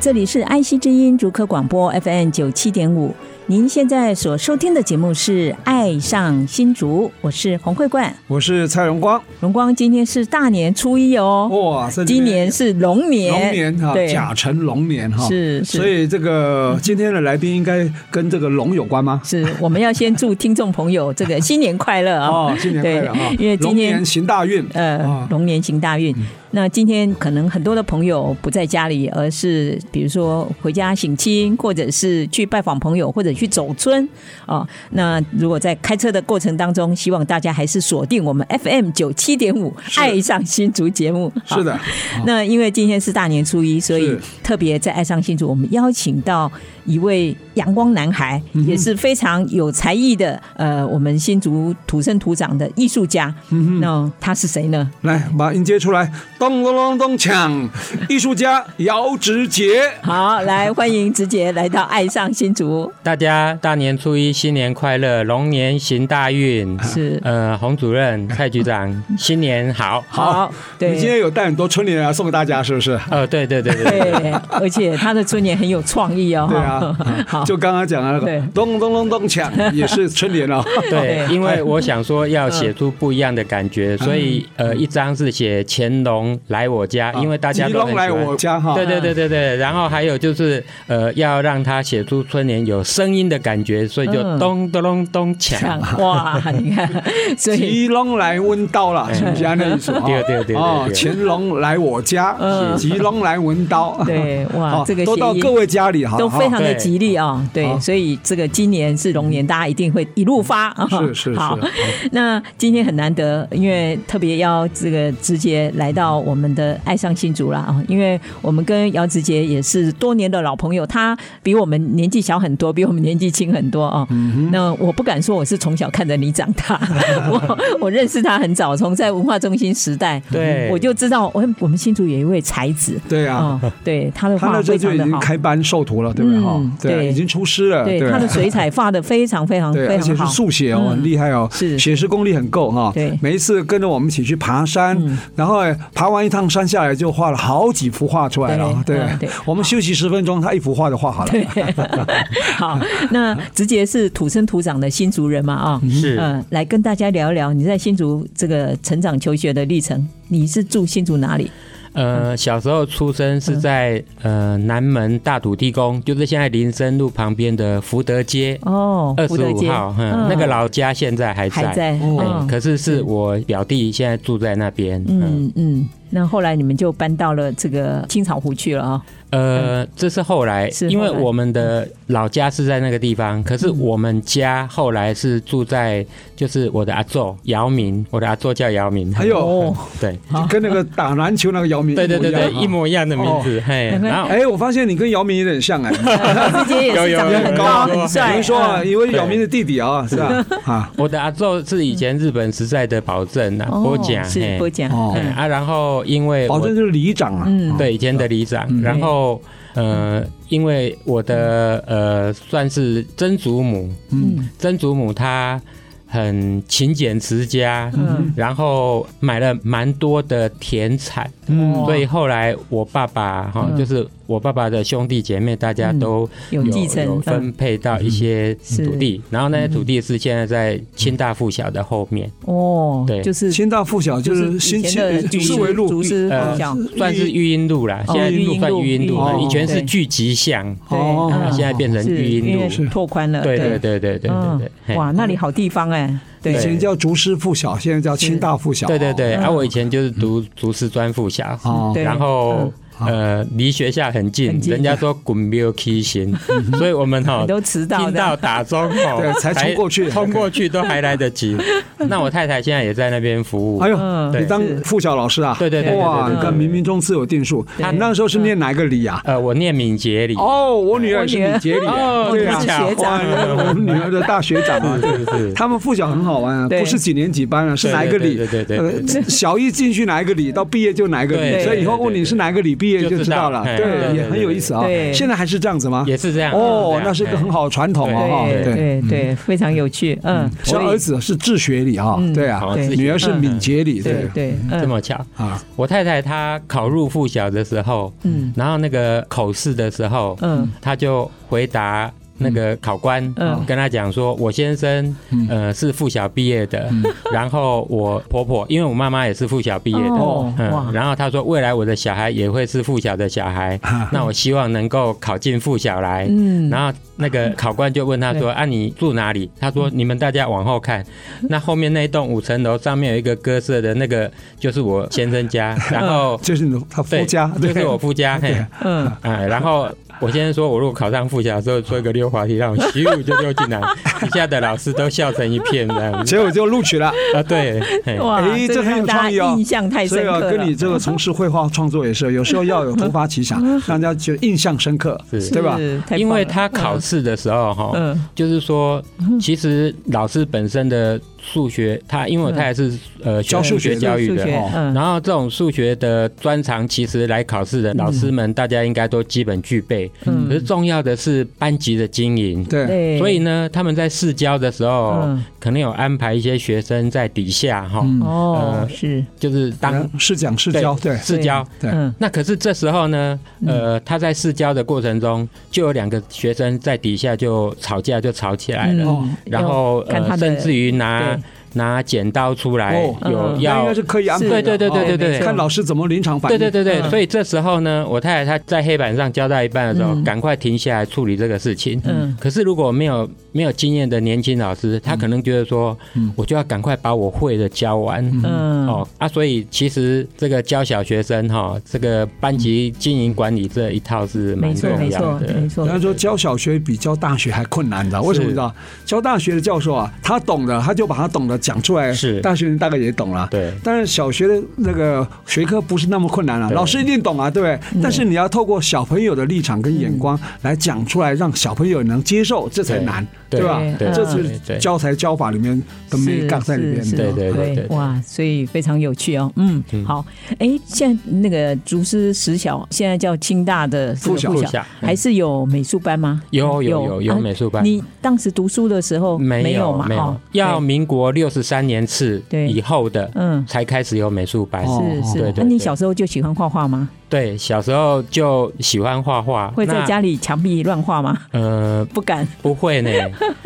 这里是爱惜之音逐客广播 FM 九七点五，您现在所收听的节目是《爱上新竹》，我是洪慧冠。我是蔡荣光。荣光，今天是大年初一哦，哇，这里面今年是龙年，龙年啊哈，对，甲辰龙年哈，是是所以这个今天的来宾应该跟这个龙有关吗？是我们要先祝听众朋友这个新年快乐啊、 哦，新年快乐对哈！因为今龙天年行大运，呃啊，龙年行大运。那今天可能很多的朋友不在家里，而是比如说回家省亲，或者是去拜访朋友，或者去走村啊、哦那如果在开车的过程当中，希望大家还是锁定我们 FM 九七点五《是爱上新竹》节目。是的好。，那因为今天是大年初一，所以是特别在爱上新竹，我们邀请到一位阳光男孩，嗯也是非常有才艺的，呃，我们新竹土生土长的艺术家。嗯那他是谁呢？来把音接出来，咚咚咚咚锵！艺术家姚直杰，好，来欢迎直接来到爱上新竹，大家大年初一新年快乐，龙年行大运。啊是呃，洪主任、蔡局长，新年好。好，你对。今天有带很多春联来送给大家，是不是？呃，对对对对对对，而且他的春联很有创意哦。，对 啊啊好，就刚刚讲的那对个咚咚咚咚锵，也是春联哦。对， 对因为我想说要写出不一样的感觉，所以呃，一张是写乾隆来我家，因为大家啊吉都很隆喜来我欢。家哈，对对对对对，然后还有就是，呃，要让他写出春联有声音的感觉，所以就嗯咚咚咚咚锵像。哇，你 看，所以吉隆来闻刀啦，哎是不是按那一首？对对对对哦，对乾隆来我家嗯，吉隆来闻刀。对哇哦这个都谐到音各位家里哈，都非常的对吉利啊、对，好嗯所以这个今年是龙年，大家一定会一路发啊。是是是好好， 那今天很难得，因为特别要这个直接来到我们的爱上新竹啦啊，因为我们跟姚直杰也是多年的老朋友，他比我们年纪小很多，比我们年纪轻很多啊。嗯那我不敢说我是从小看着你长大，我我认识他很早，从在文化中心时代，对我就知道，我我们新竹有一位才子。对啊，哦，对他的他画那时非候就常已的经好。开班授徒了，对不对哈嗯？对啊，对已经出师了，对，对啊他的水彩画的非常非常对，非而且常是好。速写哦，嗯很厉害哦，是写实功力很够哈。对嗯每一次跟着我们一起去爬山，然后爬完一趟山下来，就画了好几幅画出来了。对对嗯对，我们休息十分钟，他一幅画就画好了。好，那直接是土生土长的新竹人嘛啊，是嗯，来跟大家聊一聊你在新竹这个成长求学的历程。你是住新竹哪里？呃，小时候出生是在嗯呃南门大土地公，就是现在林森路旁边的福德街哦，二福十德街五号，嗯，那个老家现在还在，还在，嗯，嗯可是是我表弟现在住在那边，嗯，嗯嗯。那后来你们就搬到了这个青草湖去了啊，呃，这是后来是，因为后来嗯我们的老家是在那个地方，可是我们家后来是住在就是我的阿昼姚明，我的阿昼叫姚明，还有哦，对好跟那个打篮球那个姚明，啊对对对对，一。模一样的名字，哦嘿，难怪然啊后哎，我发现你跟姚明有点 像哎，直接也有是有长得有很有高有很帅，比如说啊，嗯因为姚明的弟弟嗯啊，是吧？啊，我的阿昼是以前日本时代的保证啊，波甲哦是嘿波甲，哦嗯啊，然后因为保我证就是里长啊。嗯对以前的里长，然后呃，因为我的呃算是曾祖母，嗯曾祖母她很勤俭持家，嗯然后买了蛮多的田产，哦所以后来我爸爸哈，嗯就是我爸爸的兄弟姐妹，大家都有继有承嗯分配到一些是嗯土地，然后那些土地是现在在清大附小的后面，哦，对就是清大附小就是新以前的新四维竹路师呃附小，嗯算是育婴路啦，哦现在育婴算路育婴育路婴了，路以前对是聚集巷，对哦嗯啊现在变成是育因婴为路，拓宽了，对对对对对对对嗯嘿，哇，那里好地方哎，以对前叫竹师附小，现在叫清大附小。啊对对对，嗯啊，我以前就是读竹师专附小，哦对嗯然后呃，离学校很近，很近嗯人家说滚庙 K 型，所以我们哈、你都迟到听的，到打钟 吼，对才冲过去冲过去都还来得 及。那我太太现在也在那边服务哎，呦，嗯对你当是副小老师啊？对对对对哇，对对你看对嗯冥冥中自有定数。对你那时候是念哪一个理啊？呃，我念敏捷里，哦，我女儿也是我女儿你杰理，哦对啊，你是学哇 长我们女儿的大学长啊。对是是他们附小很好玩啊，对不是几年几班啊，是哪一个里？对对对对对呃小一进去哪一个里，到毕业就哪一个对里，对所以以后问你是哪一个里毕业就就知道了。知道嘿对，对也对很有对意思啊对。现在还是这样子吗？也是这样。啊哦，这样那是一个很。好的传统啊。哈对对，对对，非常有趣，嗯，像所以儿子是治学里啊嗯，对啊好，对女儿是敏捷里，对对对，哎这嗯么巧，啊，我太太她考入附小的时候，嗯然后那个口试的时候，嗯她就回答那个考官，嗯跟他讲说，我先生呃是附小毕业的，然后我婆婆，因为我妈妈也是附小毕业的，哦哇嗯，然后她说未来我的小孩也会是附小的小孩，那我希望能够考进附小来，嗯，然后那个考官就问他说：“啊，你住哪里？”他说：“你们大家往后看，那后面那一栋五层楼上面有一个鸽舍的那个，就是我先生家。然后就是你的他啊夫对，家，对就是我夫家。嘿，嗯哎，然后我先生说，我如果考上附小的时候，做一个溜滑梯，让我咻就溜进来，底下的老师都笑成一片这样 子。结果就录取了。啊，对，嘿哇，哎这个这很有让大创意家哦印象太所深以啊，刻跟你了。这个从事绘画创作也是，有时候要有突发奇 想，让人家觉得印象深刻，是对吧？嗯是？太因为棒了他考试的时候哈，嗯就是说，其实老师本身的数学，他因为我太太是呃学教数学学的教育数的学，哦嗯，然后这种数学的专长，其实来考试的老师们，大家应该都基本具嗯备。可是重要的是班级的经营。对，对，所以呢，他们在试教的时候嗯，可能有安排一些学生在底下哈，嗯哦呃是就是当是讲是教，对，试教。对嗯那可是这时候呢，呃，他在试教的过程中，就有两个学生在底下就吵架，就吵起来了，哦嗯，然后要看他呃，的甚至于拿对拿剪刀出来，哦有嗯那应要该是刻意安排对的，哦对对对对对，看老师怎么临场反对应。对对对，嗯所以这时候呢，我太太她在黑板上交代一半的时候，嗯赶快停下来处理这个事情。嗯可是如果没有没有经验的年轻老师，他可能觉得说，我就要赶快把我会的教完。嗯哦啊，所以其实这个教小学生哈、这个班级经营管理这一套是没蛮错重没要错的。没错人，家说教小学比教大学还困难，你知道为什么？是你知道教大学的教授啊，他懂的，他就把他懂的讲出来，是大学人大概也懂了。对但是小学的那个学科不是那么困难啊，对嗯老师一定懂啊，对不对？但是你要透过小朋友的立场跟眼光来讲出来，让小朋友能接受，这才难，对吧？对啊这对是对教材教法里面的美感在里面。是对对对对哇，所以非常有趣哦。嗯，好，哎，现在那个竹师实小现在叫清大的这个附小附小嗯还是有美术班吗？有有有有啊美术班你当时读书的时候没有有嘛？没有哦，要民国六十三年次对以后的，嗯才开始有美术班。哦对是是对对，那对你小时候就喜欢画画吗？对，小时候就喜欢画画，会在那家里墙壁乱画吗？ 呃，不敢，不会 呢，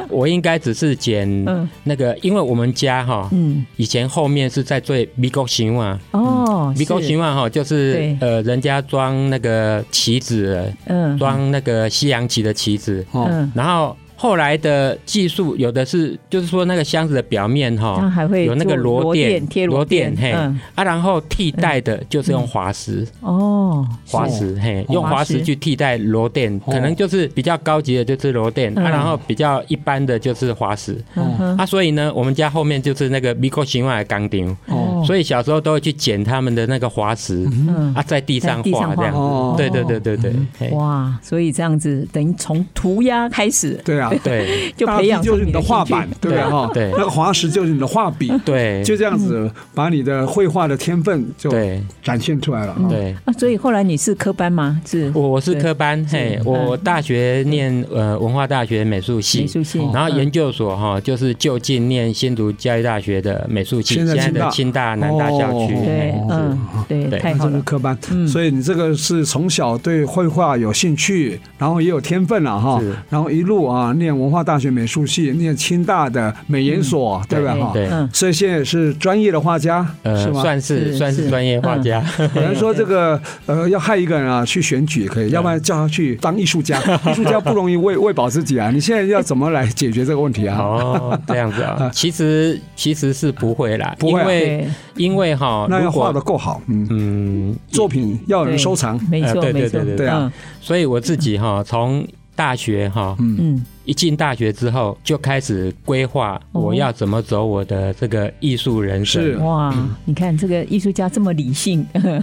我应该只是剪嗯那个，因为我们家哈，嗯，以前后面是在做米糕循环，哦，米糕是循环哈，就是对呃，人家装那个旗子，嗯装那个西洋旗的旗子，哦，嗯，然后后来的技术有的是，就是说那个箱子的表面它哈。还会有那个啊做螺垫贴螺垫垫，，嘿嗯，啊，然后替代的就是用滑石，哦，滑石，嘿，用滑滑石石去替代螺钿，哦可能就是比较高级的就是螺钿，嗯啊，然后比较一般的就是滑石。嗯哼啊，所以呢，我们家后面就是那个米国循环的钢钉，哦所以小时候都会去捡他们的那个滑石，嗯啊，在地上在地上嗯画这样子。画哦对对对对对，嘿哇，所以这样子等于从涂鸦开始对啊，对就培养大地就出是你的的画板兴趣，对不对？对哈，对那个滑石就是你的画笔，对，嗯就这样子把你的绘画的天分就对展现出来了。啊。对。啊。所以后来你是科班吗？是我我是科班，嘿，我大学念呃文化大学美术嗯系，哦美术系，然后嗯研究所哈，就是就近念新竹教育大学的美术系，现在清现在大的清大南大校区。哦对嘿，嗯，对，对太那好这是了，科班，嗯所以你这个是从小对绘画有兴趣，然后也有天分了哈是，然后一路啊念文化大学美术系，念清大的美研所，对吧？哈，对嗯，所以现在也是专业的画家，是嗯呃，吗？算是是算是是专业画家， 有人说这个呃要害一个人啊去选举也可以，要不然叫他去当艺术 家，艺术家不容易喂喂饱自己啊。你现在要怎么来解决这个问题啊？哦，这样子啊，其实其实是不会啦，不会啊因为对因为哈，那要如果画的够好，嗯，嗯，作品要有人对收藏，没错，呃对对没错，对对对啊，所以我自己哈，从大学哈，嗯一进大学之后就开始规划哦我要怎么走我的这个艺术人生。是嗯，哇，你看这个艺术家这么理性， 嗯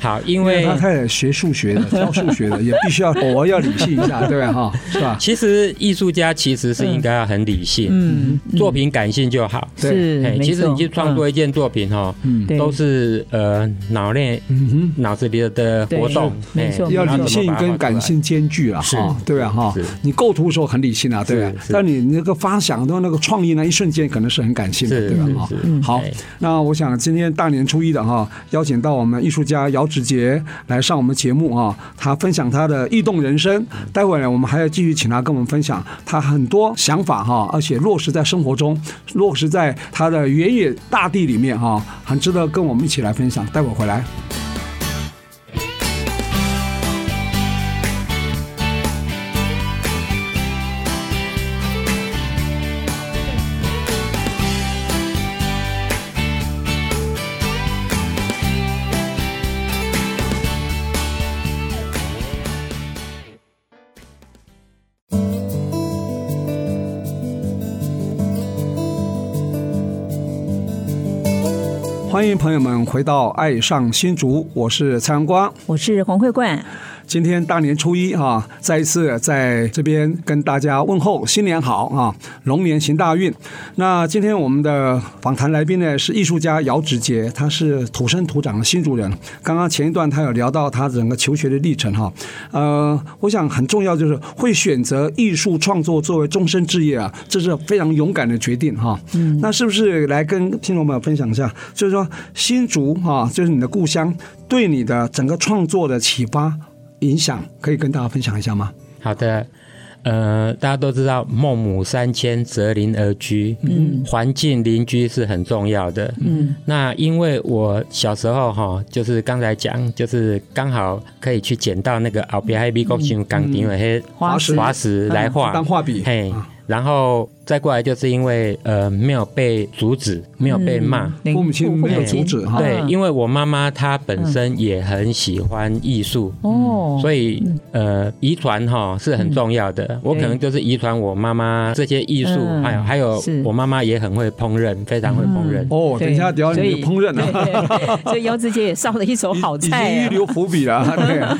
好，因因为为他开始学数学的，教数学的，也必须要偶尔要理性一下，对吧？哈，是 吧？其实艺术家其实是应该要很理性，嗯，嗯作品感性就好。对是嘿，没其实错你去创作一件作品哈，嗯对都是呃脑内嗯脑子里的对活动，哎是没嘿错哼，要然后理怎么性把它画跟出来感性兼具了，是哈，对吧？哈是，你构图的时候很理性啊，对吧是？是但你那个发想的那个创意那一瞬间可能是很感性的，是对哦哎吧？哈是，嗯是，哎好嘿，那我想今天大年初一的哈，邀请到我们艺术家姚志杰来上我们节目啊，他分享他的异动人生。待会儿呢，我们还要继续请他跟我们分享他很多想法哈，而且落实在生活中，落实在他的原野大地里面哈，很值得跟我们一起来分享。待会儿回来。欢迎朋友们回到《爱上新竹》，我是蔡阳光。我是黄慧冠，今天大年初一啊，再一次在这边跟大家问候新年好啊，龙年行大运。那今天我们的访谈来宾呢是艺术家姚直杰，他是土生土长的新竹人。刚刚前一段他有聊到他整个求学的历程哈、呃，我想很重要就是会选择艺术创作作为终身职业啊，这是非常勇敢的决定哈、嗯，那是不是来跟听众朋友分享一下，就是说新竹哈、就是你的故乡，对你的整个创作的启发？影响，可以跟大家分享一下吗？好的，呃，大家都知道孟母三迁，择邻而居，嗯，环境邻居是很重要的，嗯，那因为我小时候哈，就是刚才讲，就是刚好可以去捡到那个奥比海比国雄钢钉的黑嗯花石滑石来画，嗯当画笔，嘿，然后再过来就是因为呃没有被阻止，没有被骂。嗯父母亲没有父母阻止哈。对，嗯因为我妈妈她本身也很喜欢艺术，哦，嗯所以以呃，遗传哈是很重要的。我可能就是遗传我妈妈这些艺术，哎嗯还有还有是我妈妈也很会烹饪，非常会烹饪。哦，等一下聊你的烹饪啊，啊，所以姚志杰也烧了一 手好已已经菜预啊，留伏笔了。 对啊，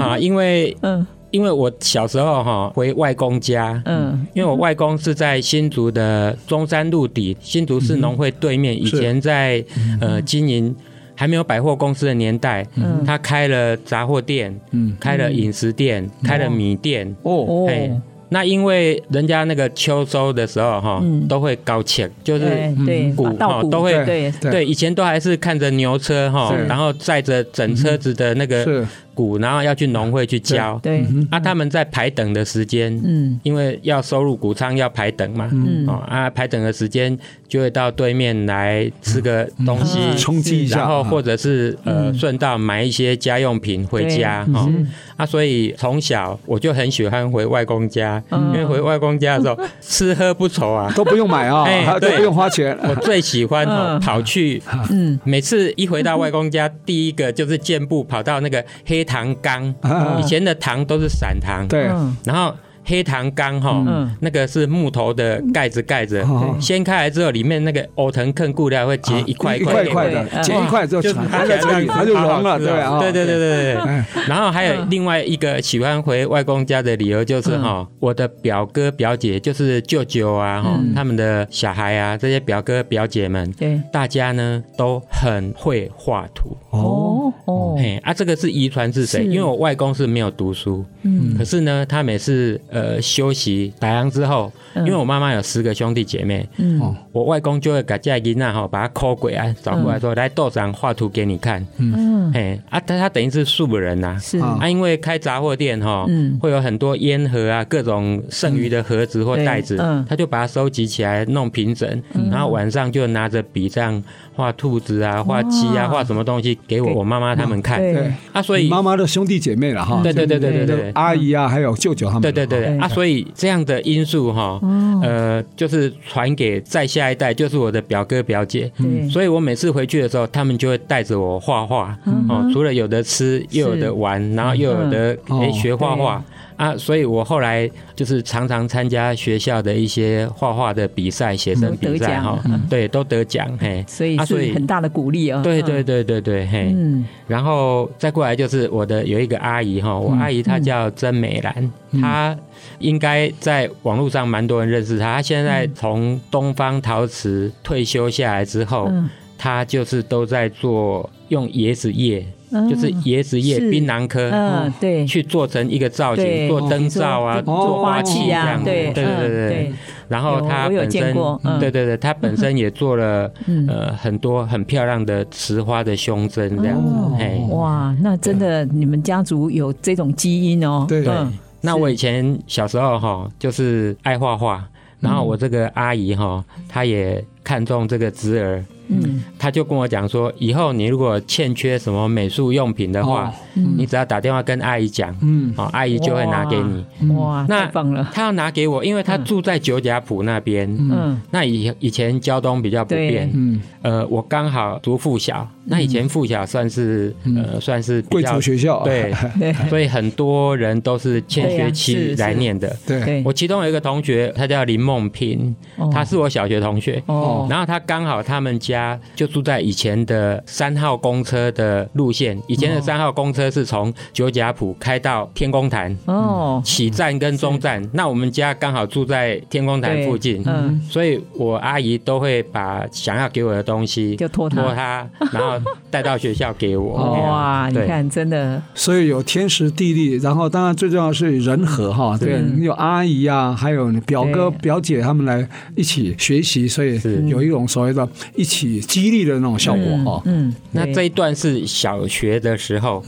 啊，因为嗯因为我小时候哈回外公家，嗯，因为我外公是在新竹的中山路底，新竹市农会对面，以前在呃经营。还没有百货公司的年代，嗯他开了杂货店，嗯开了饮食店，开了米店，哦，嗯哦，哎，那因为人家那个秋收的时候哈嗯，都会搞钱，就是哎对，谷法道哦谷都会对，对，以前都还是看着牛车哈是，嗯然后载着整车子的那个是谷，然后要去农会去交。对，嗯啊，他们在排等的时间，嗯因为要收入谷仓要排等嘛，哦嗯，啊，排等的时间就会到对面来吃个东西，嗯冲击一下，啊然后或者是呃嗯顺道买一些家用品回家哈。哦嗯啊，所以从小我就很喜欢回外公家，嗯因为回外公家的时候吃喝不 愁啊。都不用买啊， 哎还都对不用花钱。我最喜欢嗯哦跑去，嗯每次一回到外公家，第一个就是健步跑到那个黑糖缸，啊以前的糖都是散糖，对，啊嗯然后黑糖缸哈嗯，那个是木头的盖子盖着哦，掀开来之后，里面那个藕藤坑固料会结啊一块一块一给我块对的，嗯剪一块就就是缠它在这里，它就融了，对啊。对对对对对。哎，然后还有另外一个喜欢回外公家的理由就是嗯哈、我的表哥表姐就是舅舅啊哈、嗯他们的小孩啊，这些表哥表姐们，对，大家呢都很会画图。哦，哦哦，嘿啊，这个是遗传是谁？是因为我外公是没有读书，嗯可是呢，他每次呃休息打烊之后，嗯因为我妈妈有十个兄弟姐妹，嗯我外公就会给这些囡仔哈，把他抠鬼啊找过来说，来豆长画图给你看。嗯嘿啊，他他等于是素人呐、是啊啊，因为开杂货店哈、嗯会有很多烟盒啊，各种剩余的盒子或袋子，对嗯他就把它收集起来，弄平整，然后晚上就拿着笔这样画兔子啊、画鸡啊、哇画什么东西给我给我妈妈他们态。对对，啊，所以妈妈的兄弟姐妹了哈，对对对对对就对阿姨啊，还有舅舅他们，对对对对哦对啊，所以这样的因素哈，呃，就是传给再下一代，就是我的表哥表姐。对，嗯所以我每次回去的时候，他们就会带着我画画嗯哦，除了有的吃，又有的玩，然后又有的嗯诶哦学画画啊，所以我后来就是常常参加学校的一些画画的比赛、写生嗯都得比赛奖哈，对，都得奖嘿。所以啊所是以很大的鼓励啊。对嗯对，对对对嘿，嗯，然后再过来就是我的有一个阿姨哈，我阿姨她叫曾美兰，嗯她应该在网络上蛮多人认识她。她现嗯在从东方陶瓷退休下来之后，嗯她就是都在做用椰子叶，嗯就是椰子叶是槟榔科。嗯，对，去做成一个造对哦型，哦做灯罩啊，做做花器这啊样，子对对对嗯对对。然后有他我有本见身过，嗯对对对，他 本身也做了嗯呃很多很漂亮的瓷花的胸针这样哦子，嘿，哇，那真的你们家族有这种基因哦。对嗯那是我以前小时候哈，就是爱画画，然后我嗯这个阿姨哈，她也看中这个侄儿，嗯，她就跟我讲说，以后你如果欠缺什么美术用品的话，哦嗯你只要打电话跟阿姨讲，嗯哦，阿姨就会拿给你。嗯哇，那太棒了。她要拿给我，因为她住在九甲埔那边。嗯，那以以前交通比较不便，嗯，呃，我刚好读附小，那以前附小算是、呃算是比贵较族学校，啊对，嗯 对所以很多人都是欠对啊学是期是来念的。对，对我，其中有一个同学，他叫林梦平，哦他是我小学同学。哦，然后他刚好他们家就住在以前的三号公车的路线，以前的三号公车是从九甲埔开到天公坛。哦，起站跟终站，那我们家刚好住在天公坛对附近，嗯所以我阿姨都会把想要给我的东西就托他哦 托他，然后带到学校给我。这样哇，你嗯对看，真的，所以有天时地利，然后当然最重要是人和哈，对，你有阿姨啊，还有你表哥嗯对表姐他们来一起学习，所以是有一种所谓的一起激励的那种效果哈。嗯，那对嗯这一段是小学的时候，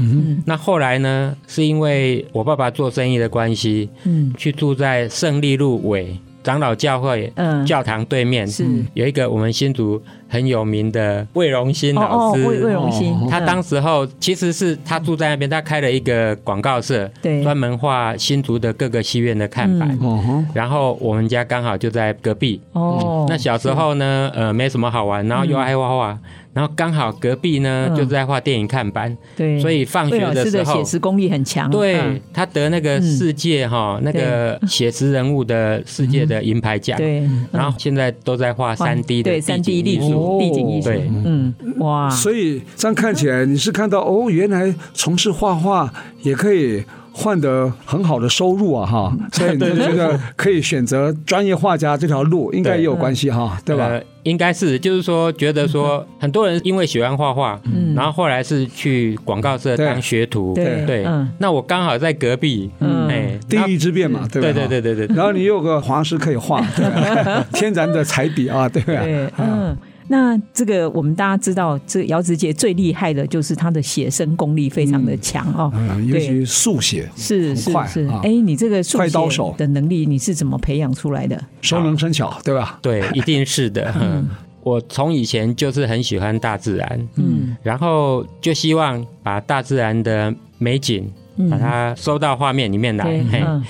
那后来呢，是因为我爸爸做生意的关系，嗯去住在胜利路尾长老教会嗯教堂对面，是有一个我们新竹很有名的魏荣新哦老哦，师。魏魏荣新，他嗯当时候其实是他住在那边，他开了一个广告社，对嗯专门画新竹的各个戏院的看板。哦吼，然后我们家刚好就在隔壁，哦，嗯那小时候呢，呃，没什么好玩，然后又爱画画，然后刚好隔壁呢、嗯就在画电影看板，对，所以放学魏老师时的写候，实功力很强，对嗯他得那个世界哈、那个写实人物的世界的银牌奖，对，嗯然后现在都在画三 D 的对三三 D 立术体地景艺术对，嗯，哇，所以这样看起来，你是看到哦，原来从事画画也可以。换得很好的收入啊，哈，嗯所以你就觉得可以选择专业画家这条路，应该也有关系哈，对吧？呃应该是，就是说，觉得嗯说，很多人因为喜欢画画，然后后来是去广告社对当学徒，对对嗯。那我刚好在隔壁，嗯哎，地那利之变嘛，对吧？对对对 对对，然后你有个黄师可以画，对吧 天然的彩笔啊，对吧？对，嗯。那这个我们大家知道，这个姚子杰最厉害的就是他的写生功力非常的强哦。嗯，尤对，其速写，是是很快是啊，哎，你这个速快刀写手的能力你是怎么培养出来的？熟能生巧，对吧？对，一定是的。嗯，我从以前就是很喜欢大自然，嗯然后就希望把大自然的美景把嗯，它收到画面里面来。对，嘿嗯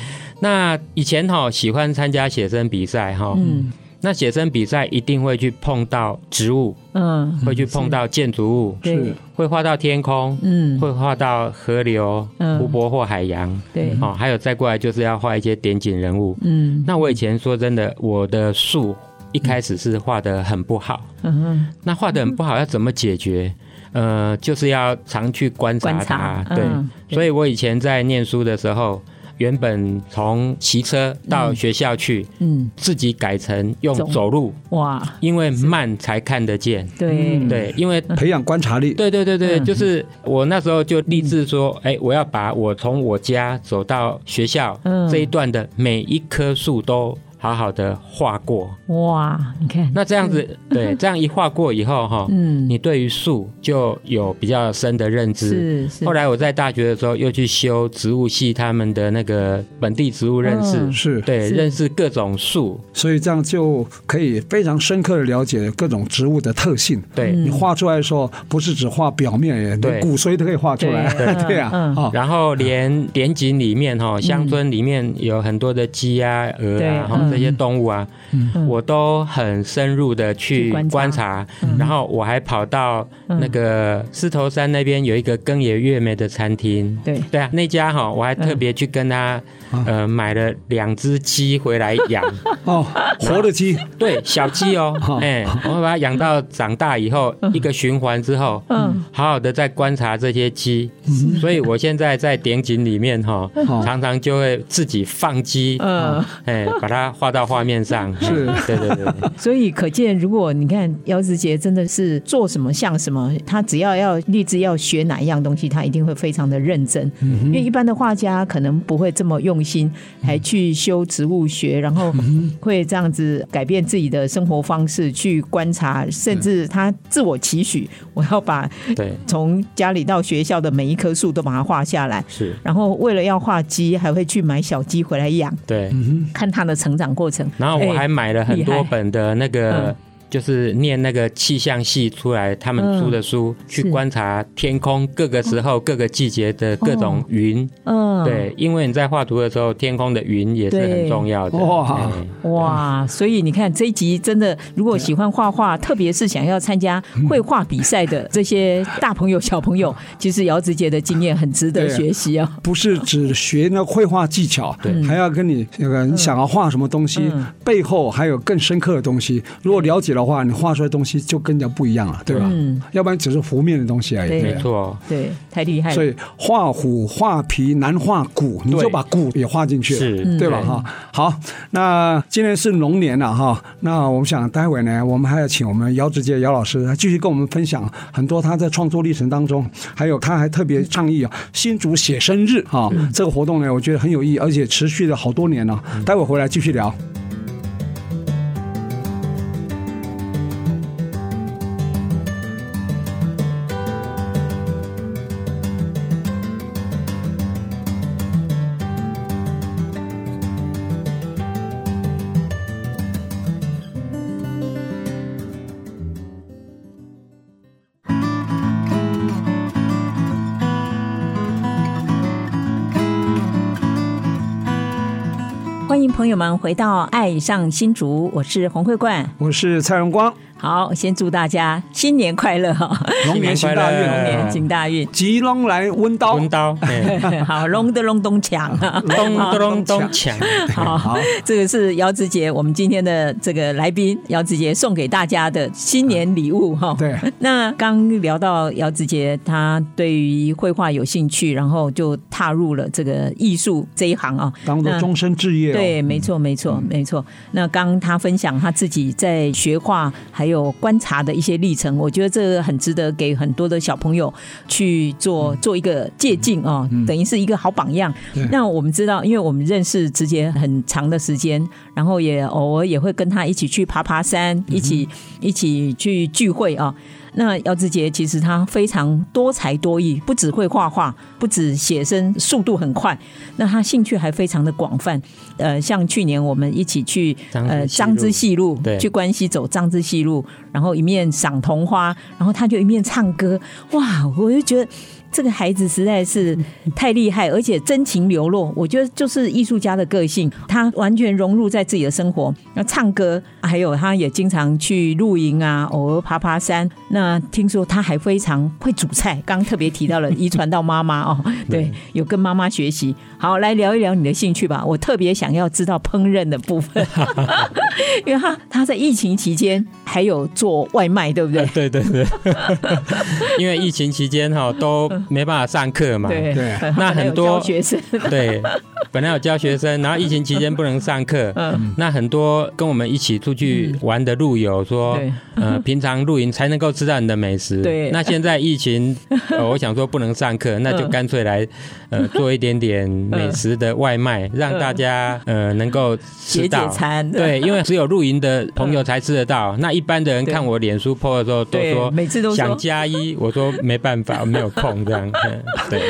那以前哈、喜欢参加写生比赛哈、嗯那写生比赛一定会去碰到植物，嗯，会去碰到建筑物，对，会画到天空，嗯会画到河流、嗯湖泊或海洋。对，哦，还有再过来就是要画一些点景人物。嗯那我以前说真的，我的树一开始是画的很不好，嗯那画的很不好，要怎么解决？呃，就是要常去观察观它察。对，嗯所以我以前在念书的时候，原本从骑车到学校去，嗯，自己改成用走走路，哇，因为慢才看得见。对，对，因为培养观察力，对对对对，嗯就是我那时候就立志说，哎、我要把我从我家走到学校、嗯这一段的每一棵树都好好的画过。哇，你看，那这样子，对，这样一画过以后哈，嗯你对于树就有比较深的认知。是是，后来我在大学的时候又去修植物系他们的那个本地植物认识，嗯是，对，是认识各种树，所以这样就可以非常深刻的了解各种植物的特性。对。嗯你画出来的时候，不是只画表面，对连骨髓都可以画出来。对 对呀，嗯嗯啊，然后连连景里面哈，乡村里面有很多的鸡啊、鹅嗯对啊，哈嗯这些动物啊，嗯我都很深入的去去观察嗯观察，然后我还跑到那个狮头山那边有一个更野月美的餐厅，对对啊，那家哈我还特别去跟他嗯呃买了两只鸡回来 养，哦，活的鸡，对，小鸡哦，哎，我把它养到长大以后，一个循环之后，嗯好好的在观察这些鸡，所以我现在在点景里面哈，常常就会自己放鸡，嗯，哎，把它画到画面上，是哎对对对。所以可见，如果你看姚子杰真的是做什么像什么，他只要要立志要学哪一样东西，他一定会非常的认真。因为一般的画家可能不会这么用心，还去修植物学，然后会这样子改变自己的生活方式，去观察，甚至他自我期许，我要把对，从家里到学校的每一棵树都把它画下来。是，然后为了要画鸡，还会去买小鸡回来养，对。看它的成长过程。然后我还买了很厉害多本的那个嗯，就是念那个气象系出来他们出的书，去是观察天空各个时候、各个季节的各种云。嗯，。对，因为你在画图的时候，天空的云也是对很重要的。哇哎嗯哇，所以你看这一集真的，如果喜欢画画，特别是想要参加嗯绘画比赛的这些大朋友、小朋友，其实姚子杰的经验很值得对学习啊。不是只学那绘画技巧，对还要跟你那个你想要画什么东西、嗯背后还有更深刻的东西。如果了解的话，你画出来的东西就跟人家不一样了，对吧？嗯要不然只是浮面的东西而已。对没不错，对，太厉害所了。以画虎、画皮难画骨，你就把骨也画进去了。是对吧？嗯哈，好，那今年是龙年了哈，那我们想待会呢，我们还要请我们姚志杰姚老师继续跟我们分享很多他在创作历程当中，还有他还特别倡议啊新竹写生日哈、嗯这个活动呢，我觉得很有意义，而且持续了好多年了。待会回来继续聊。欢迎朋友们回到《爱上新竹》，我是洪慧冠。我是蔡荣光，好，先祝大家新年快乐哈，龙年行大运，新年 快乐年行大 运。吉隆来温刀温。刀，哎好，隆的隆咚锵 啊！咚咚咚锵，好，这个是姚子杰，我们今天的这个来宾姚子杰送给大家的新年礼物哈。对，那刚聊到姚子杰，他对于绘画有兴趣，然后就踏入了这个艺术这一行啊。当做那终身置业、哦。对，没错，没错，没错。那刚他分享他自己在学画还有观察的一些历程，我觉得这个很值得给很多的小朋友去做做一个借鉴哦，等于是一个好榜样嗯对。那我们知道，因为我们认识直接很长的时间，然后也偶尔也会跟他一起去爬爬山，一起一起去聚会啊、那姚志杰其实他非常多才多艺，不只会画画，不止写生，速度很快。那他兴趣还非常的广泛。呃，像去年我们一起去呃张张之戏路之戏路，对去关西走张之戏路，然后一面赏桐花，然后他就一面唱歌，哇，我就觉得。这个孩子实在是太厉害，而且真情流露。我觉得就是艺术家的个性，他完全融入在自己的生活。那唱歌，还有他也经常去露营啊，偶尔爬爬山。那听说他还非常会煮菜，刚刚特别提到了遗传到妈妈 哦，对，有跟妈妈学习。好，来聊一聊你的兴趣吧。我特别想要知道烹饪的部 分，因为他他在疫情期间还有做外卖，对不对？ 对对 对，因为疫情期间哈都没办法上课嘛，对对 他可能有很多 教学生对，本来有教学生，然后疫情期间不能上课，嗯那很多跟我们一起出去玩的路友说嗯对，呃， 平常露营才能够吃到你的美食，对嗯那现在 疫情，呃，我想说不能上课，那就干脆来， 呃，做一点点美食的外嗯卖，让大家呃能够解吃解到。馋，对，因为只有露营的朋友才吃得到。那一般的人嗯对看我脸书 PO 的时候，都对，说每次都想说加一，我说没办法，没有空 这样。嗯对，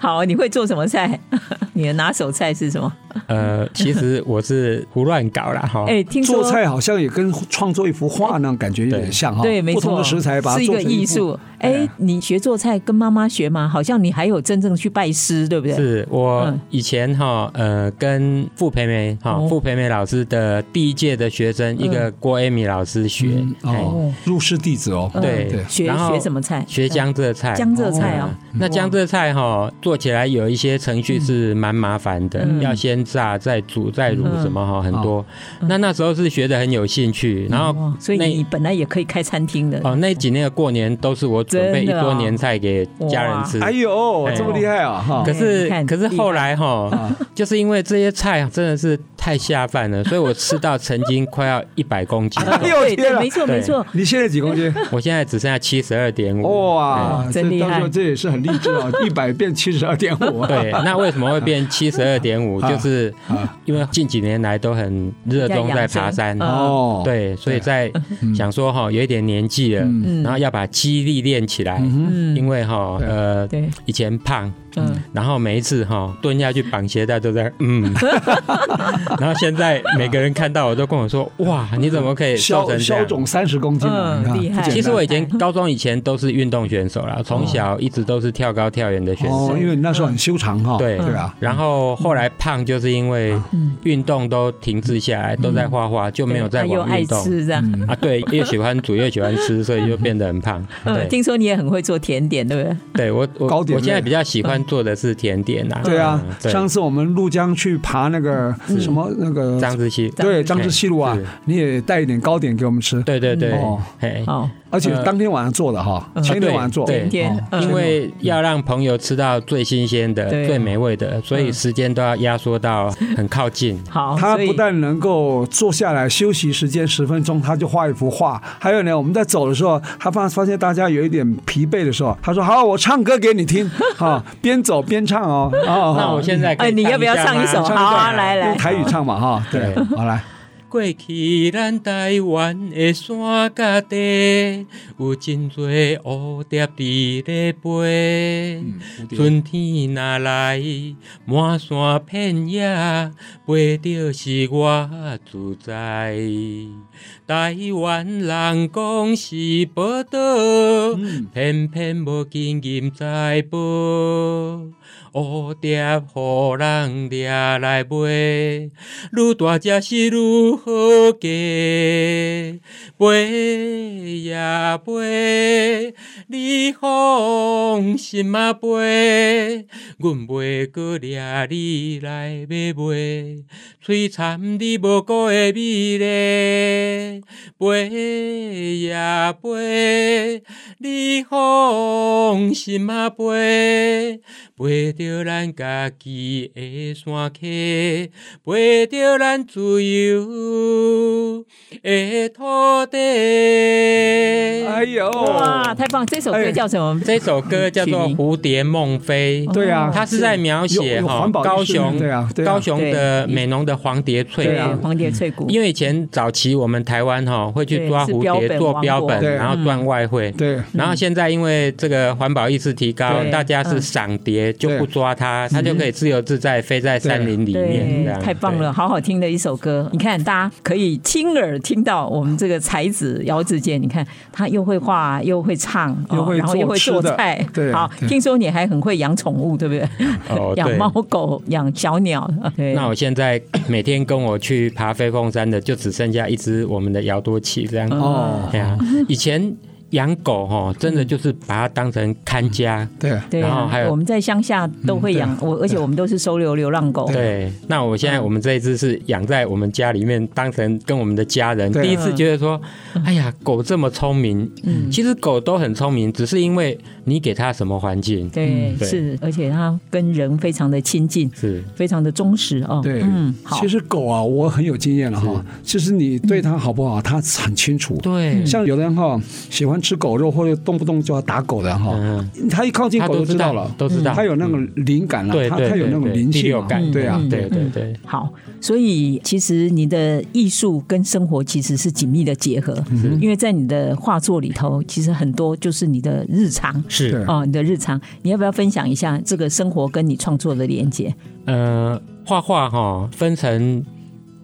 好，你会做什么菜？ 你的拿手菜是什么？呃，其实我是胡乱搞啦哈。哎，听说啊做菜好像也跟创作一幅画那种感觉有点像哈，对，没不同错，的食材把它是一做个成艺幅术。哎，你学做菜跟妈妈学吗？好像你还有真正去拜师，对不对？是我嗯以前哈，呃，跟傅培梅哈哦，嗯傅培梅老师的第一届的学生，一个郭 Amy 老师学嗯，哎哦，入室弟子哦，嗯对对学然后学什么菜？哦学江浙菜，江浙菜啊嗯。那江浙菜哈，做起来有一些程序是蛮麻烦的嗯，要先炸、再煮、再卤嗯什么哈，很多。那那时候是学的很有兴趣，然后哦所以那你本来也可以开餐厅的。哦那几年的过年都是我准备一真的啊桌年菜给家人哇吃。哎呦，哎这么厉害啊哈可！你是看可是后害来哈啊，，就是因为这些菜真的是太下饭了，所以我吃到曾经快要一百公斤 哎呦对天对，啊没！错对没错。你现在几公斤？ 我现在只剩下七十二点哦五。嗯哇，真厉害这到时候这也是很励志 啊，一百变七十二点五。 对，那为什么会变七十二点五？啊就是啊因为近几年来都很热衷在爬山，要养生哦，，对，所以在想说哈，有一点年纪了，嗯然后要把肌力练起来，嗯因为哈对呃对，以前胖，嗯，然后每一次哈、蹲下去绑鞋带都在嗯，然后现在每个人看到我都跟我说哇，你怎么可以瘦消成这消样？肿三十公斤嗯啊，你看厉害不简单其实我以前高中以前都是运动选手啦，从小一直都是跳高跳远的选手。哦，因为你那时候很修长哈，对对啊吧？然后后来胖就是因为运动都停滞下来，都在画画，就没有再啊他又玩爱运动吃这样。啊。对，又喜欢煮又喜欢吃，所以就变得很胖。嗯，对，听说你也很会做甜点，对不对？对我我糕点类我现在比较喜欢做的是甜点啊。对啊嗯，对嗯上次我们陆江去爬那个什么那个张志熙，对张之西路啊是，你也带一点糕点给我们吃， 对对对哦，嘿。哦，而且当天晚上做的哈，前一天晚上做，呃对甜点哦，嗯因为要让朋友吃到最新鲜的、对啊最美味的，所以嗯时间都要压缩到很靠近。好，他哦所以不但能够坐下来休息时间十分钟，他就画一幅画。还有呢，我们在走的时候，他发发现大家有一点疲惫的时候，他说：“好，我唱歌给你 听。”哈，边走边唱哦。哦，那我现在可以哎，你要不要唱唱一一下首？好吗唱一啊，段来用来，台语唱嘛哈。对，好来，过去咱台湾的山甲地，有真多蝴蝶伫咧飞。春天若来，满山遍野，飞着是我自在。台湾人讲是宝岛，偏偏无金银财宝，蝴蝶互人掠来卖。愈大只是愈好嫁，飞呀飞，你放心啊飞，阮袂搁掠你来买卖，摧残你无辜的美丽，飞呀飞，你放心啊飞，飞着咱家己的山溪。陪着咱自由的土地。哎呦，哇，太棒！这首哎歌叫什么？这首歌叫做《蝴蝶梦飞》。对啊，它是在描写有有哈环保意识高雄对啊对啊高雄的美浓的黄蝶对翠啊湖，黄蝶翠谷，因为以前早期我们台湾哈会去抓蝴对是标蝶本做标王嗯本国，然后赚外汇。对，然后现在因为这个环保意识提高对，嗯大家是赏蝶就不抓它，它就可以自由自在飞在山林里面。嗯对这，样太棒了，好好听的一首歌。你看，大家可以亲耳听到我们这个才子姚志杰，你看他又会 画，又会唱，哦又会然后又会做做吃的菜。对好，对听说你还很会养宠物，对不对？哦对养猫狗，养小 鸟。对，那我现在每天跟我去嗯爬飞凤山的，就只剩下一只我们的瑶多奇这样。哦哎呀，以前。养狗哈、真的就是把它当成看家。对，对然后啊还，有啊我们在乡下都会养嗯我，而且我们都是收留流浪狗。对，那我现在我们这一只是养在我们家里面，当成跟我们的家人。对啊第一次觉得说，哎呀，狗这么聪明，嗯其实狗都很聪明，只是因为你给它什么环境。对，嗯对是，而且它跟人非常的亲近，是，非常的忠实哦。对，嗯，好其，实狗啊，我很有经验了哈。其实你对它好不好，它很清楚。对，像有的人哈，喜欢吃狗肉或者动不动就要打狗的哈，嗯，他一靠近它狗都就知知道道嗯了，都知道，嗯它有那种灵感了对，它对它有那种对对灵第性六嘛感，对啊嗯，对对对，好，所以其实你的艺术跟生活其实是紧密的结合，因为在你的画作里头，其实很多就是你的日常。是嗯对哦，你的日常，你要不要分享一下这个生活跟你创作的连接？呃，画画哈分成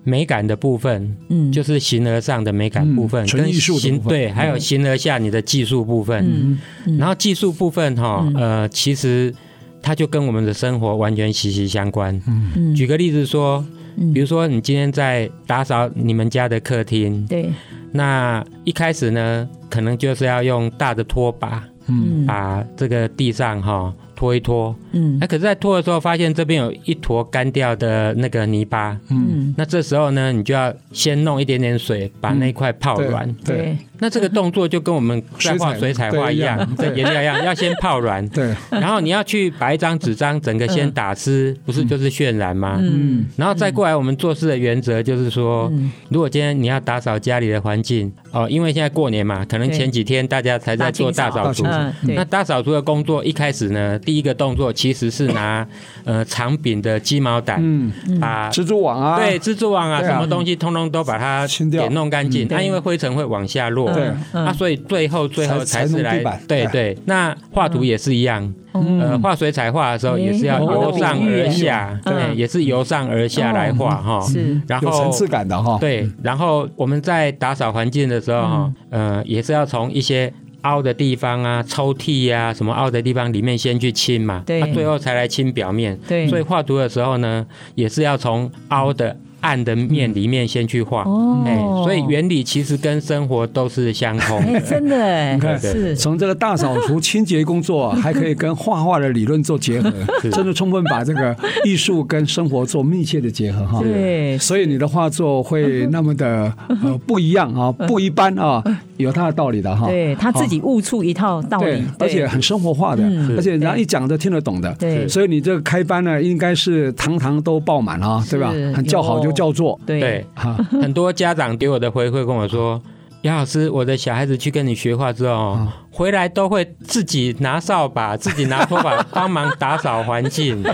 美感的部分，嗯，就是形而上的美感嗯部分，纯跟艺术的形部分嗯对，还有形而下你的技术部分。嗯然后技术部分哈嗯，呃，其实它就跟我们的生活完全息息相关。嗯举个例子说，嗯比如说你今天在打扫你们家的客厅，对，那一开始呢，可能就是要用大的拖把嗯把这个地上哈拖一拖。嗯那可是，在拖的时候发现这边有一坨干掉的那个泥巴，嗯，那这时候呢，你就要先弄一点点水，把那一块泡软。对对，那这个动作就跟 我们在画水水彩彩画对一一样样，对这颜料一样，要先泡软，对， 然后你要去把一张纸张整个先打湿，不是就是渲染吗？嗯然后再过来，我们做事的原则就是说，嗯如果今天你要打扫家里的环境，哦，因为现在过年嘛，可能对前几天大家才在做大大清扫扫除。嗯，对那，大扫除的工作一开始呢，第一个动作其实是拿呃长柄的鸡毛掸，嗯，把蜘蛛网啊，对，蜘蛛网啊，对啊什么东西通通都把它清掉嗯给弄干净。对它因为灰尘会往下落，对啊，嗯所以最后最后才才是弄来地板对对。那画图嗯也是一样，呃，画水彩画的时候也是要诶由上而下，好有寓意对，嗯也是由上而下来画哈。哦是然有层后次感的哈，对，嗯然后我们在打扫环境的时候哈，嗯呃，也是要从一些。凹的地方啊，抽屉呀、什么凹的地方里面先去清嘛，对啊最后才来清表面。对所以画图的时候呢，也是要从凹的暗的面里面先去画。哦哎，所以原理其实跟生活都是相 通哎，的。真的哎，是从这个大扫除清洁工作啊，还可以跟画画的理论做结 合，真的充分把这个艺术跟生活做密切的结合哈。对所以你的画作嗯会那么的呃不一样啊，不一般啊，有它的道理的哈。对他自己悟出一套道对理，，而且很生活化的，嗯而且人家对一讲都听得懂的。对所以你这个开班呢，应该是堂堂都爆满啊，对吧是？很叫好就有叫座对对，哈。很多家长给我的回馈跟我 说。杨老师，我的小孩子去跟你学画之后哦，啊回来都会自己拿扫把、自己拿拖把帮忙打扫 环境，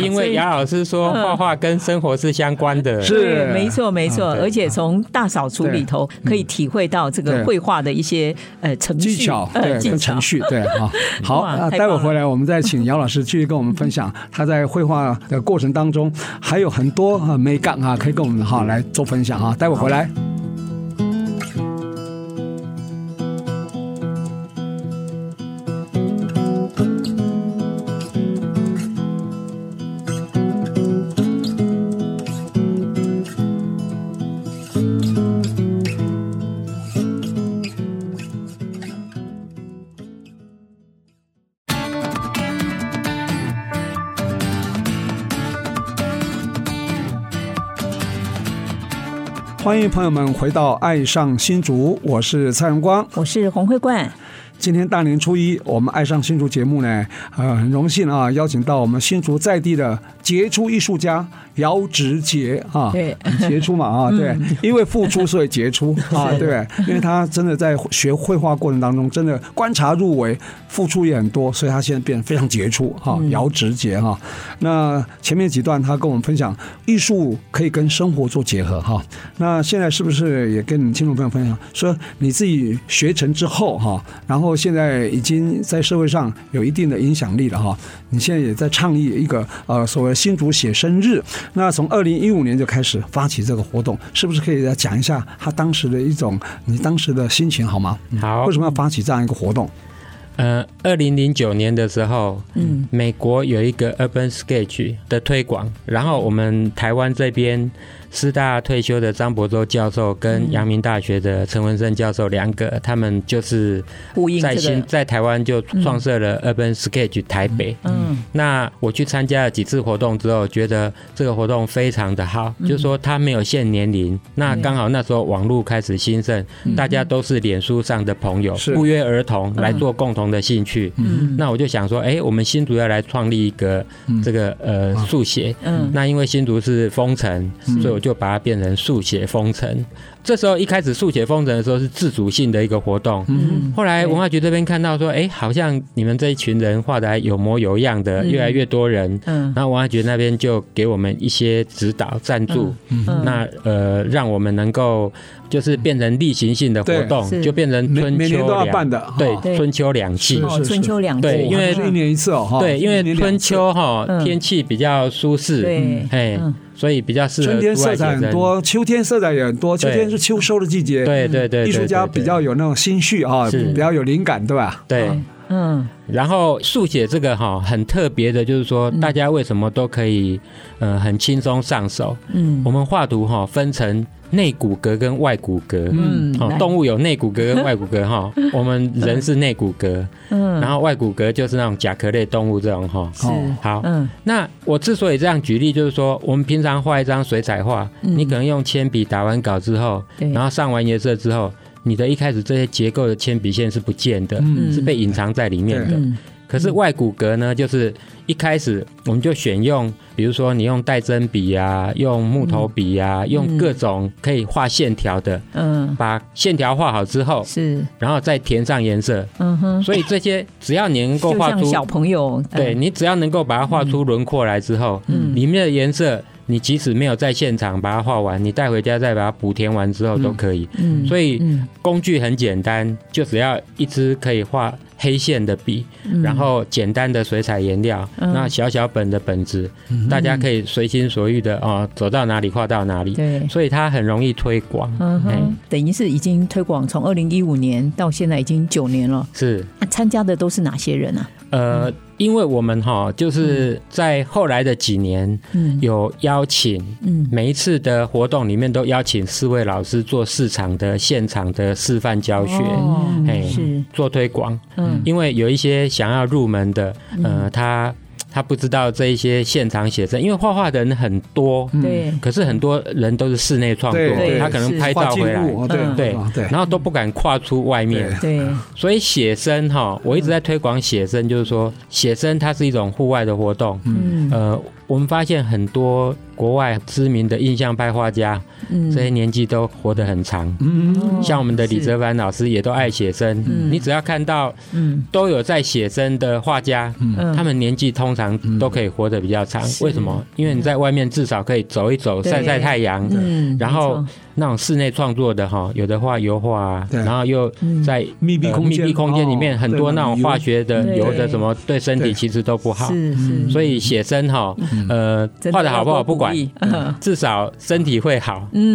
因所以嗯为杨老师说画画跟生活是相关的。是对，没错没错，啊对而且从大扫除里头可嗯以体会到这个对绘画的一些呃程序技巧呃对技跟巧程。序对 啊，好，哇啊太待会儿棒了回来我们再请姚老师继续跟我们分 享他在绘画的过程当中还有很多啊美感啊，可以跟我们嗯哈来做分享啊，待会儿回来。欢迎朋友们回到《爱上新竹》，我是蔡荣光。我是黄慧冠，今天大年初一，我们爱上新竹节目呢，呃，很荣幸啊，邀请到我们新竹在地的杰出艺术家姚直杰啊，对很杰出嘛啊，对，因为付出所以杰出啊，对，因为他真的在学绘画过程当中，真的观察入微，付出也很多，所以他现在变得非常杰出哈、啊，姚直杰哈、那前面几段他跟我们分享，艺术可以跟生活做结合哈、那现在是不是也跟你听众朋友分享，说你自己学成之后哈、然后现在已经在社会上有一定的影响力了哈、你现在也在倡议一个呃所谓新竹写生日，那从二零一五年就开始发起这个活动，是不是可以来讲一下他当时的一种你当时的心情好吗？嗯好为，什么要发起这样一个活动？呃，二零零九年的时候，嗯，美国有一个 Urban Sketch 的推广，然后我们台湾这边师大退休的张伯洲教授跟嗯阳明大学的陈文生教授两个，他们就是呼应在这新个，在台湾就创设了 Urban Sketch 台北。嗯那我去参加了几次活动之后，觉得这个活动非常的好，嗯就是说它没有限年龄。那刚好那时候网络开始兴盛，嗯大家都是脸书上的朋友是，不约而同来做共同的兴趣。嗯那我就想说，哎、我们新竹要来创立一个这个呃速写。嗯那因为新竹是封城，所以我就把它变成速写封城。这时候一开始速写封城的时候是自主性的一个活动，嗯后来文化局这边看到说，哎、好像你们这一群人画的还有模有样的，嗯越来越多人。嗯然后文化局那边就给我们一些指导赞助，嗯那呃，让我们能够就是变成例行性的活对动，嗯是哦就变成每春每秋年都要两办的，对哈对春秋两季是。哦，春秋两季对因为它是一年一次哦，哈对，因一为年两春次秋哈嗯天气比较舒适，对嘿嗯，所以比较适合春天户外色写彩很真。多，秋天色彩也很多，秋对天是秋收的季节，对对对对，艺术家对对比较有那种心绪啊，是比较有灵感，对吧？对。嗯然后速写这个哈很特别的，就是说嗯大家为什么都可以呃很轻松上手？嗯我们画图哈分成内骨骼跟外骨骼，嗯哦来动物有内骨骼跟外骨 骼哈，我们人是内骨骼，嗯然后外骨骼就是那种甲壳类动物这种哈。是哦好，嗯那我之所以这样举例，就是说我们平常画一张水彩画，嗯你可能用铅笔打完稿之后，对然后上完颜色之后，你的一开始这些结构的铅笔线是不见的，嗯是被隐藏在里面的。嗯可是外骨骼呢，就是一开始我们就选用，比如说你用带针笔啊，用木头笔啊，用各种可以画线条的，嗯把线条画好之后，是然后再填上颜色。嗯哼，所以这些只要你能够就画像出小朋友对你只要能够把它画出轮廓来之后，嗯里面的颜色你即使没有在现场把它画完，你带回家再把它补填完之后都可以。嗯所以嗯工具很简单，就只要一支可以画黑线的笔，然后简单的水彩颜料，嗯那小小本的本子，大家可以随心所欲的哦，走到哪里画到哪里。对。所以它很容易推广，嗯哎哼，等于是已经推广从二零一五年到现在已经九年了。是那参加的都是哪些人啊？呃，因为我们哈、就是在后来的几年嗯有邀请嗯每一次的活动里面都邀请四位老师做市场的现场的示范教学，哦嘿是做推广。嗯因为有一些想要入门的，呃，他他不知道这一些现场写真，因为画画的人很多，对可是很多人都是室内创对作，对他可能拍画照进回来。入，哦对嗯对哦，对然后都不敢跨出外面，对所以写生哈，我一直在推广写生，就是说写生它是一种户外的活动，嗯呃，我们发现很多国外知名的印象派画家，嗯这些年纪都活得很长。嗯，像我们的李是泽藩老师也都爱写生，你只要看到嗯都有在写生的画家，嗯他们年纪通常都可以活得比较嗯长。是为什么？因为你在外面至少可以走一走，对晒晒太阳。嗯然后没错那种室内创作的哈，有的画油画啊，对然后又嗯在密闭呃空密间闭空间里面哦很对多那种油化学的对油的什么，对身体对嗯其实都不好。嗯是是所以写生哈，呃，真画的好不好要多不管鼓，励嗯至少身体会好。嗯，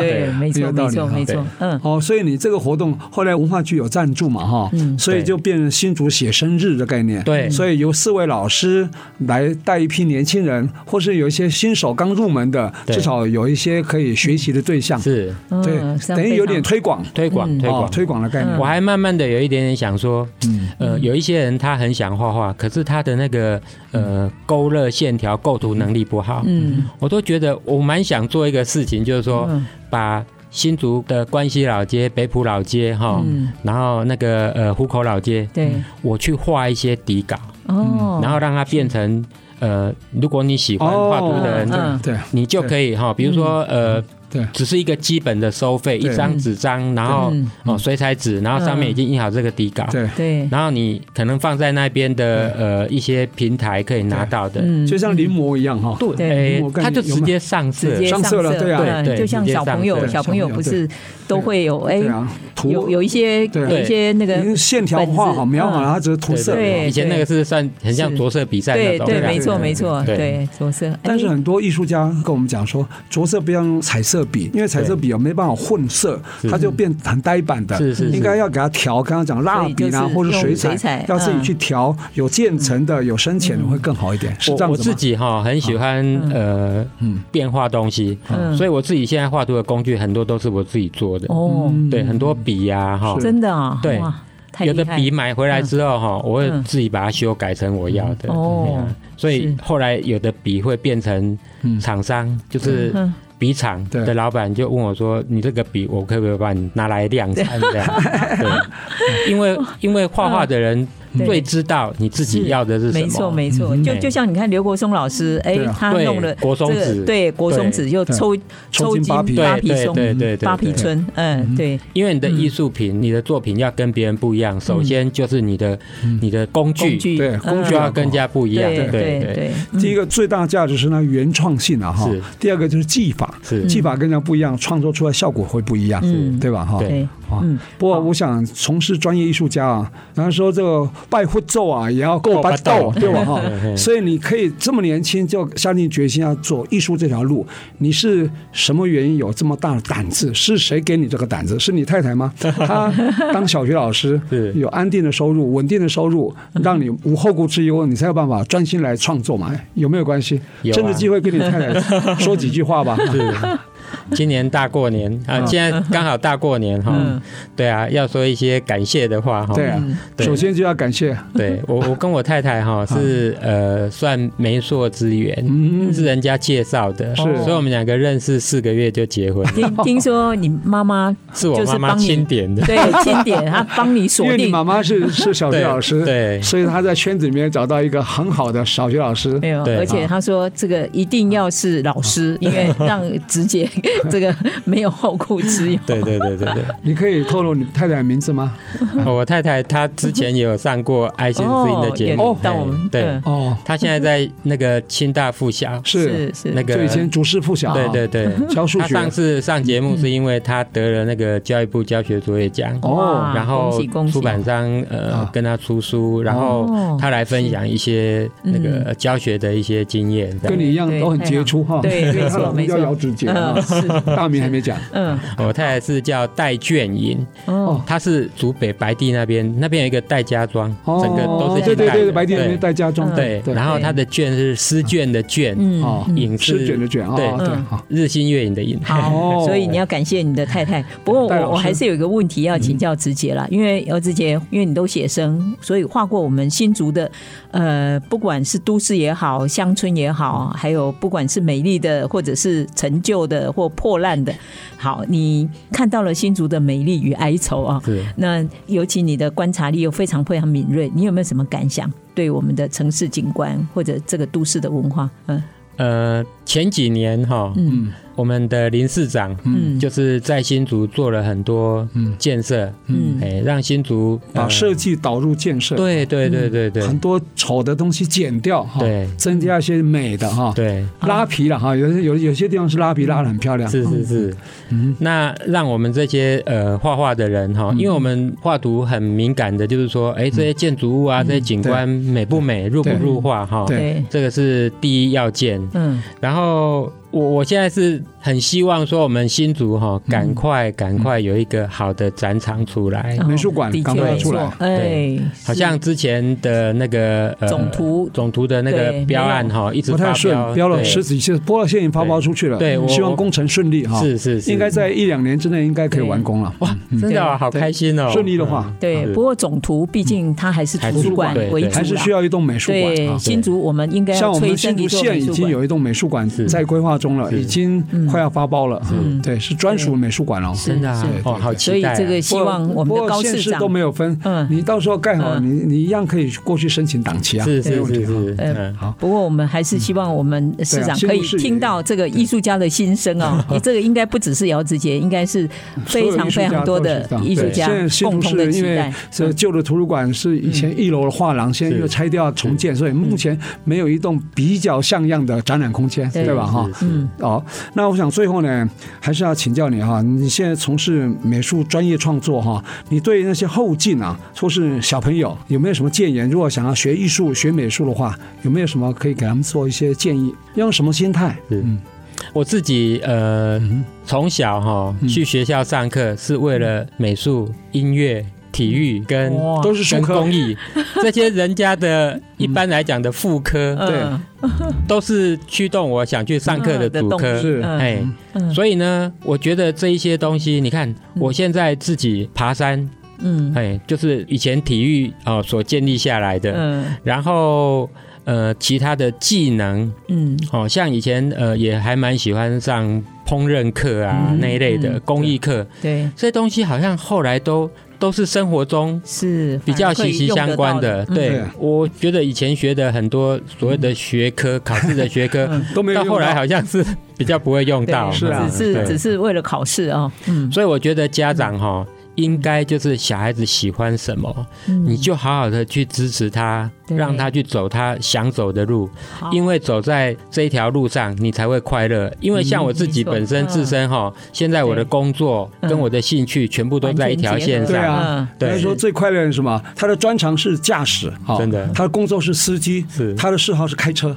对，对没这错个道没理错哈没错，啊嗯 哦，所以你这个活动后来文化局有赞助嘛，哈，嗯所以就变成新竹写生日的概念。对所以由四位老师来带一批年轻人，或是有一些新手刚入门的，对至少有一些可以学习的对象。是嗯，对哦这，样等于非有常点推广，推广、嗯推广、哦推广的概念我。还慢慢的有一点点想说，嗯呃，有一些人他很想画画，可是他的那个呃勾勒线条、构图能力不好，嗯我都觉得我蛮想做一个事情，就是说、嗯把新竹的关西老街、北浦老街哈，嗯然后那个呃湖口老街，对我去画一些底稿，哦，嗯然后让它变成呃，如果你喜欢画图的人，嗯哦对对你就可以哈，比如说呃，对只是一个基本的收费，对一张纸张，然后嗯哦水彩纸，然后上面已经印好这个底稿，对。对，然后你可能放在那边的呃一些平台可以拿到的，嗯就像临摹一样哈，对诶我看它就有没直有接上色直，接上色色了对啊嗯对对就像直接小上朋友色小朋友小朋友不是都会有哎对，啊，图有有一些对有一些那因个为线条画好本子描好了，嗯它只是涂色。对以前那个是算很像着色比赛那对种，对，吧没错对没错，对对着色，哎但是很多艺术家跟我们讲说，着色不要用彩色色笔，因为彩色笔啊没办法混色，是它就变很呆板的。是是是应该要给它调。刚刚讲蜡笔啦，所或以就是是水用水彩要自己去调，有渐层的，有深浅的会更好一点。是这嗯我样我子自吗？嗯己哈很喜欢呃变化东西，嗯所以我自己现在画图的工具很多都是我自己做的，哦，嗯对，很多笔呀哈，是真的啊，对哇，太有的厉害笔买回来之后哈，我会嗯自己把它修改成我要的。哦对啊所以是后来有的笔会变成嗯厂商，就是嗯笔厂的老板就问我说：“你这个笔我可不可以把你拿来量 产？”这样，对，因为因为画画的人嗯最知道你自己要的是什么。没错，没错，就哎就像你看刘国松老师，哎嗯对啊，他对弄了国松这个子对国松子又对抽抽筋筋扒皮扒对皮对松对对对对扒皮村，嗯，对，因为你的艺术嗯品、你的作品要跟别人不一样，首先就是你的、你的工嗯具工具嗯对工具啊就要跟人家不一样。对对对，第一个最大价值是那原创性啊哈嗯是，第二个就是技法，是技法跟人家不一样，创作出来效果会不一样，嗯对吧哈？对对，啊嗯，不过我想从事专业艺术家啊，然后说这个拜佛咒啊，也要够八道，对吧？ 哈，所以你可以这么年轻就下定决心要走艺术这条路，你是什么原因有这么大的胆子？是谁给你这个胆子？是你太太 吗？她当小学老师是，嗯有安定的收入、稳定的收入，让你无后顾之忧，你才有办法专心来创作嘛？有没有关系？有啊趁着机会跟你太太说几句 话吧。今年大过年啊，嗯现在刚好大过年哈，对啊，要说一些感谢的话哈。对啊，嗯对首先就要感谢， 对我我跟我太太啊哈是呃算媒妁之嗯缘，是人家介绍的，是所以我们两个认识四个月就 结婚，听听说你妈 妈是我就是妈妈帮你钦点的。对钦点，她帮你因锁为你定，妈妈是 是小学老师，对对所以她在圈子里面找到一个很好的小学老师，没有，对啊而且他说这个一定要是老师，因为让直接 这个没有后顾之 忧。对对对对 对，你可以透露你太太的名字吗？我太太她之前也有上过爱心之音的节目哦，也到我们对嗯对，哦，她现在在那个清大附小，是，是 是啊嗯那个就以前竹师附小，对对，对，教数他上学，次上节目是因为他得了那个教育部教学卓越奖。哇哦然后啊恭喜恭喜哦出版商呃啊跟他出书，然后他来分享一些那嗯个教学的一些经验。这样跟你一样对都很杰出哈，对没错 她老公没错叫姚子杰啊嗯，，是，大名还没讲，嗯，我太太哦是叫戴卷莹，哦，她是竹北白地那边，那边有一个戴家庄，哦， 整个都是对对现代的对，白天没带家中，对对，然后她的卷是诗卷的卷，嗯，哦，影吃是卷的卷啊，对哦对嗯好，日新月影的影。好 哦，所以你要感谢你的太太。不过戴老我师我还是有一个问题要请教直杰嗯啦，因为呃姚直杰，因为你都写生，所以画过我们新竹的，呃，不管是都市也好，乡村也好，还有不管是美丽的，或者是陈旧的或破烂的。好，你看到了新竹的美丽与哀愁啊。是那尤其你的观察力又非常非常敏锐，你有没有什么感想？对我们的城市景观或者这个都市的文化，嗯呃，前几年哈，嗯我们的林市长，嗯就是在新竹做了很多建设，嗯哎，让新竹把呃设计导入建设，对对对对对很多丑的东西剪掉哈，对增加一些美的哈，对，拉皮了哈，有些有有些地方是拉皮拉的很漂亮，是是是。那让我们这些呃画画的人哈，因为我们画图很敏感的，就是说，哎，这些建筑物啊，这些景观美不美，入不对入画哈，对对，这个是第一要件。嗯然后我我现在是很希望说，我们新竹哈，嗯赶快赶快有一个好的展场出来。嗯美术馆哦的确赶快要出来没错哎，好像之前的那个、呃总图总图的那个对标案哈，一直不发太标顺，哦标了对十几次，波了线已经发包出去了，对对我希望工程顺利哈，是是是，应该在一两年之内应该可以完工了，哇，真的、啊、好开心哦！ 顺利的话对，不过总图毕竟它还是图书馆还是为主啦还是需要一栋美术馆对啊。新竹，我们应该像要我催们生新一竹座县美已术经馆。有一啊栋美术馆是在规划中了，是已经快要发包了，嗯对，是专属美术馆了。真的啊是哦，好所期以待啊、这个希望我们不的过高县市市长都，没有分，嗯你到时候盖好，你你一样可以过去申请档期啊，是没是问是题啊。是，呃嗯，不过我们还是希望我们市长可以听到这个艺术家的心声啊！你这个应该不只是姚志杰，应该是非常非常多的艺术家现在新共竹同市的期因为待。这旧的图书馆是以前一楼的画廊，现在又拆掉重建，所以目前没有一栋比较像样的展览空间，对对吧？哈，嗯是是哦，那我想最后呢，还是要请教你哈，你现在从事美术专业创作哈，你对那些后进啊，说是小朋友有没有什么建言？如果想要学艺术、学美术的话，有没有什么可以给他们做一些建议？要用什么心态？是我自己呃，嗯从小哈去学校上课是为了美术、音乐、体育跟哇都是数跟科 工艺这些人家的一般来讲的副科，对嗯都是驱动我想去上课的主动科力。是嗯哎，嗯所以呢，我觉得这一些东西，你看我现在自己爬山，嗯哎，就是以前体育哦所建立下来的，嗯然后呃其他的技能嗯哦，像以前呃也还蛮喜欢上烹饪课啊、嗯那一类的嗯工艺课，对这些东西好像后来都都是生活中是比反较而息可以息用相得关到的。嗯对对，我觉得以前学的很多所谓的学科、考试的学嗯科，都没有 到用后来好像是比较不会用对到。嗯是啊只是对只是为了考试啊，嗯，所以我觉得家长哈。应该就是小孩子喜欢什么，你就好好的去支持他，嗯对哦让他去走他想走的路，因为走在这一条路上，你才会快乐。因为像我自没己错本身嗯自身哈，现在我的对工作嗯跟我的兴趣全部都在一条线对上，啊，对人家说最快乐的是什么？他的专长是驾驶，哈真的他的工作是司机，是他的嗜好是开 车，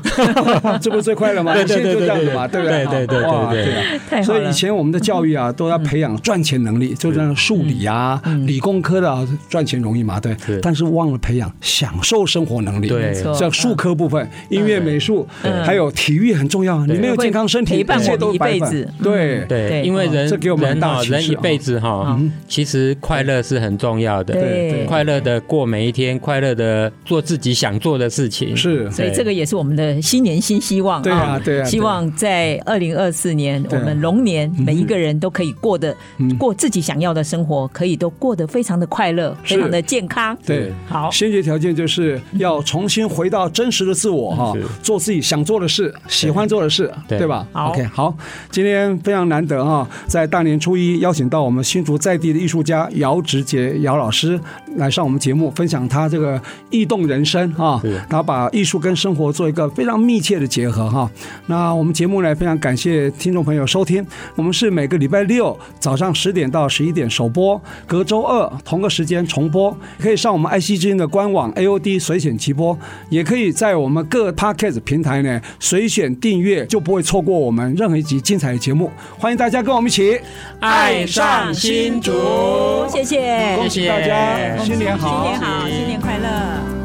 这不是最快乐吗？对对现在就对这样子嘛，对不对？对对对哇对对啊太好所以了以，前我们的教育啊，都要培养赚钱能嗯力，就像数理啊、理工科的啊赚钱容易嘛，对是。但是忘了培养享受生活能力。对嗯没错像数科部分，音乐、美术，还有体育很重要。你对嗯没有健康身体，陪伴一我切们都一辈白费子对，对，对哦因为人这给我们很人大哈的启人示哦一辈子哈嗯，其实快乐是很重要的，对对，快乐的过每一天，快乐的做自己想做的事情，是所以这个也是我们的新年新希望对啊对啊对啊希望在二零二四年，我对啊嗯们龙年每一个人都可以过得过自己想要的生活，可以都过得非常的快乐，是非常的健康。对。好，先决条件就是要重新回到真实的自我哈嗯是，做自己想做的事、喜欢做的事，对对吧好？OK，好，今天非常难得哈，在大年初一邀请到我们新竹在地的艺术家姚直杰姚老师来上我们节目，分享他这个异动人生啊是，他把艺术跟生活做一个非常密切的结合哈。那我们节目呢，非常感谢听众朋友收听，我们是每个礼拜六早上十点到十一点首播，隔周二同个时间重播，可以上我们爱惜之音的官网 AOD 随选直播，也可以在我们各 Podcast 平台呢随选订阅，就不会错过我们任何一集精彩的节目。欢迎大家跟我们一起，爱上新竹，谢谢，恭喜大家谢谢新年新好年。好，新年快乐。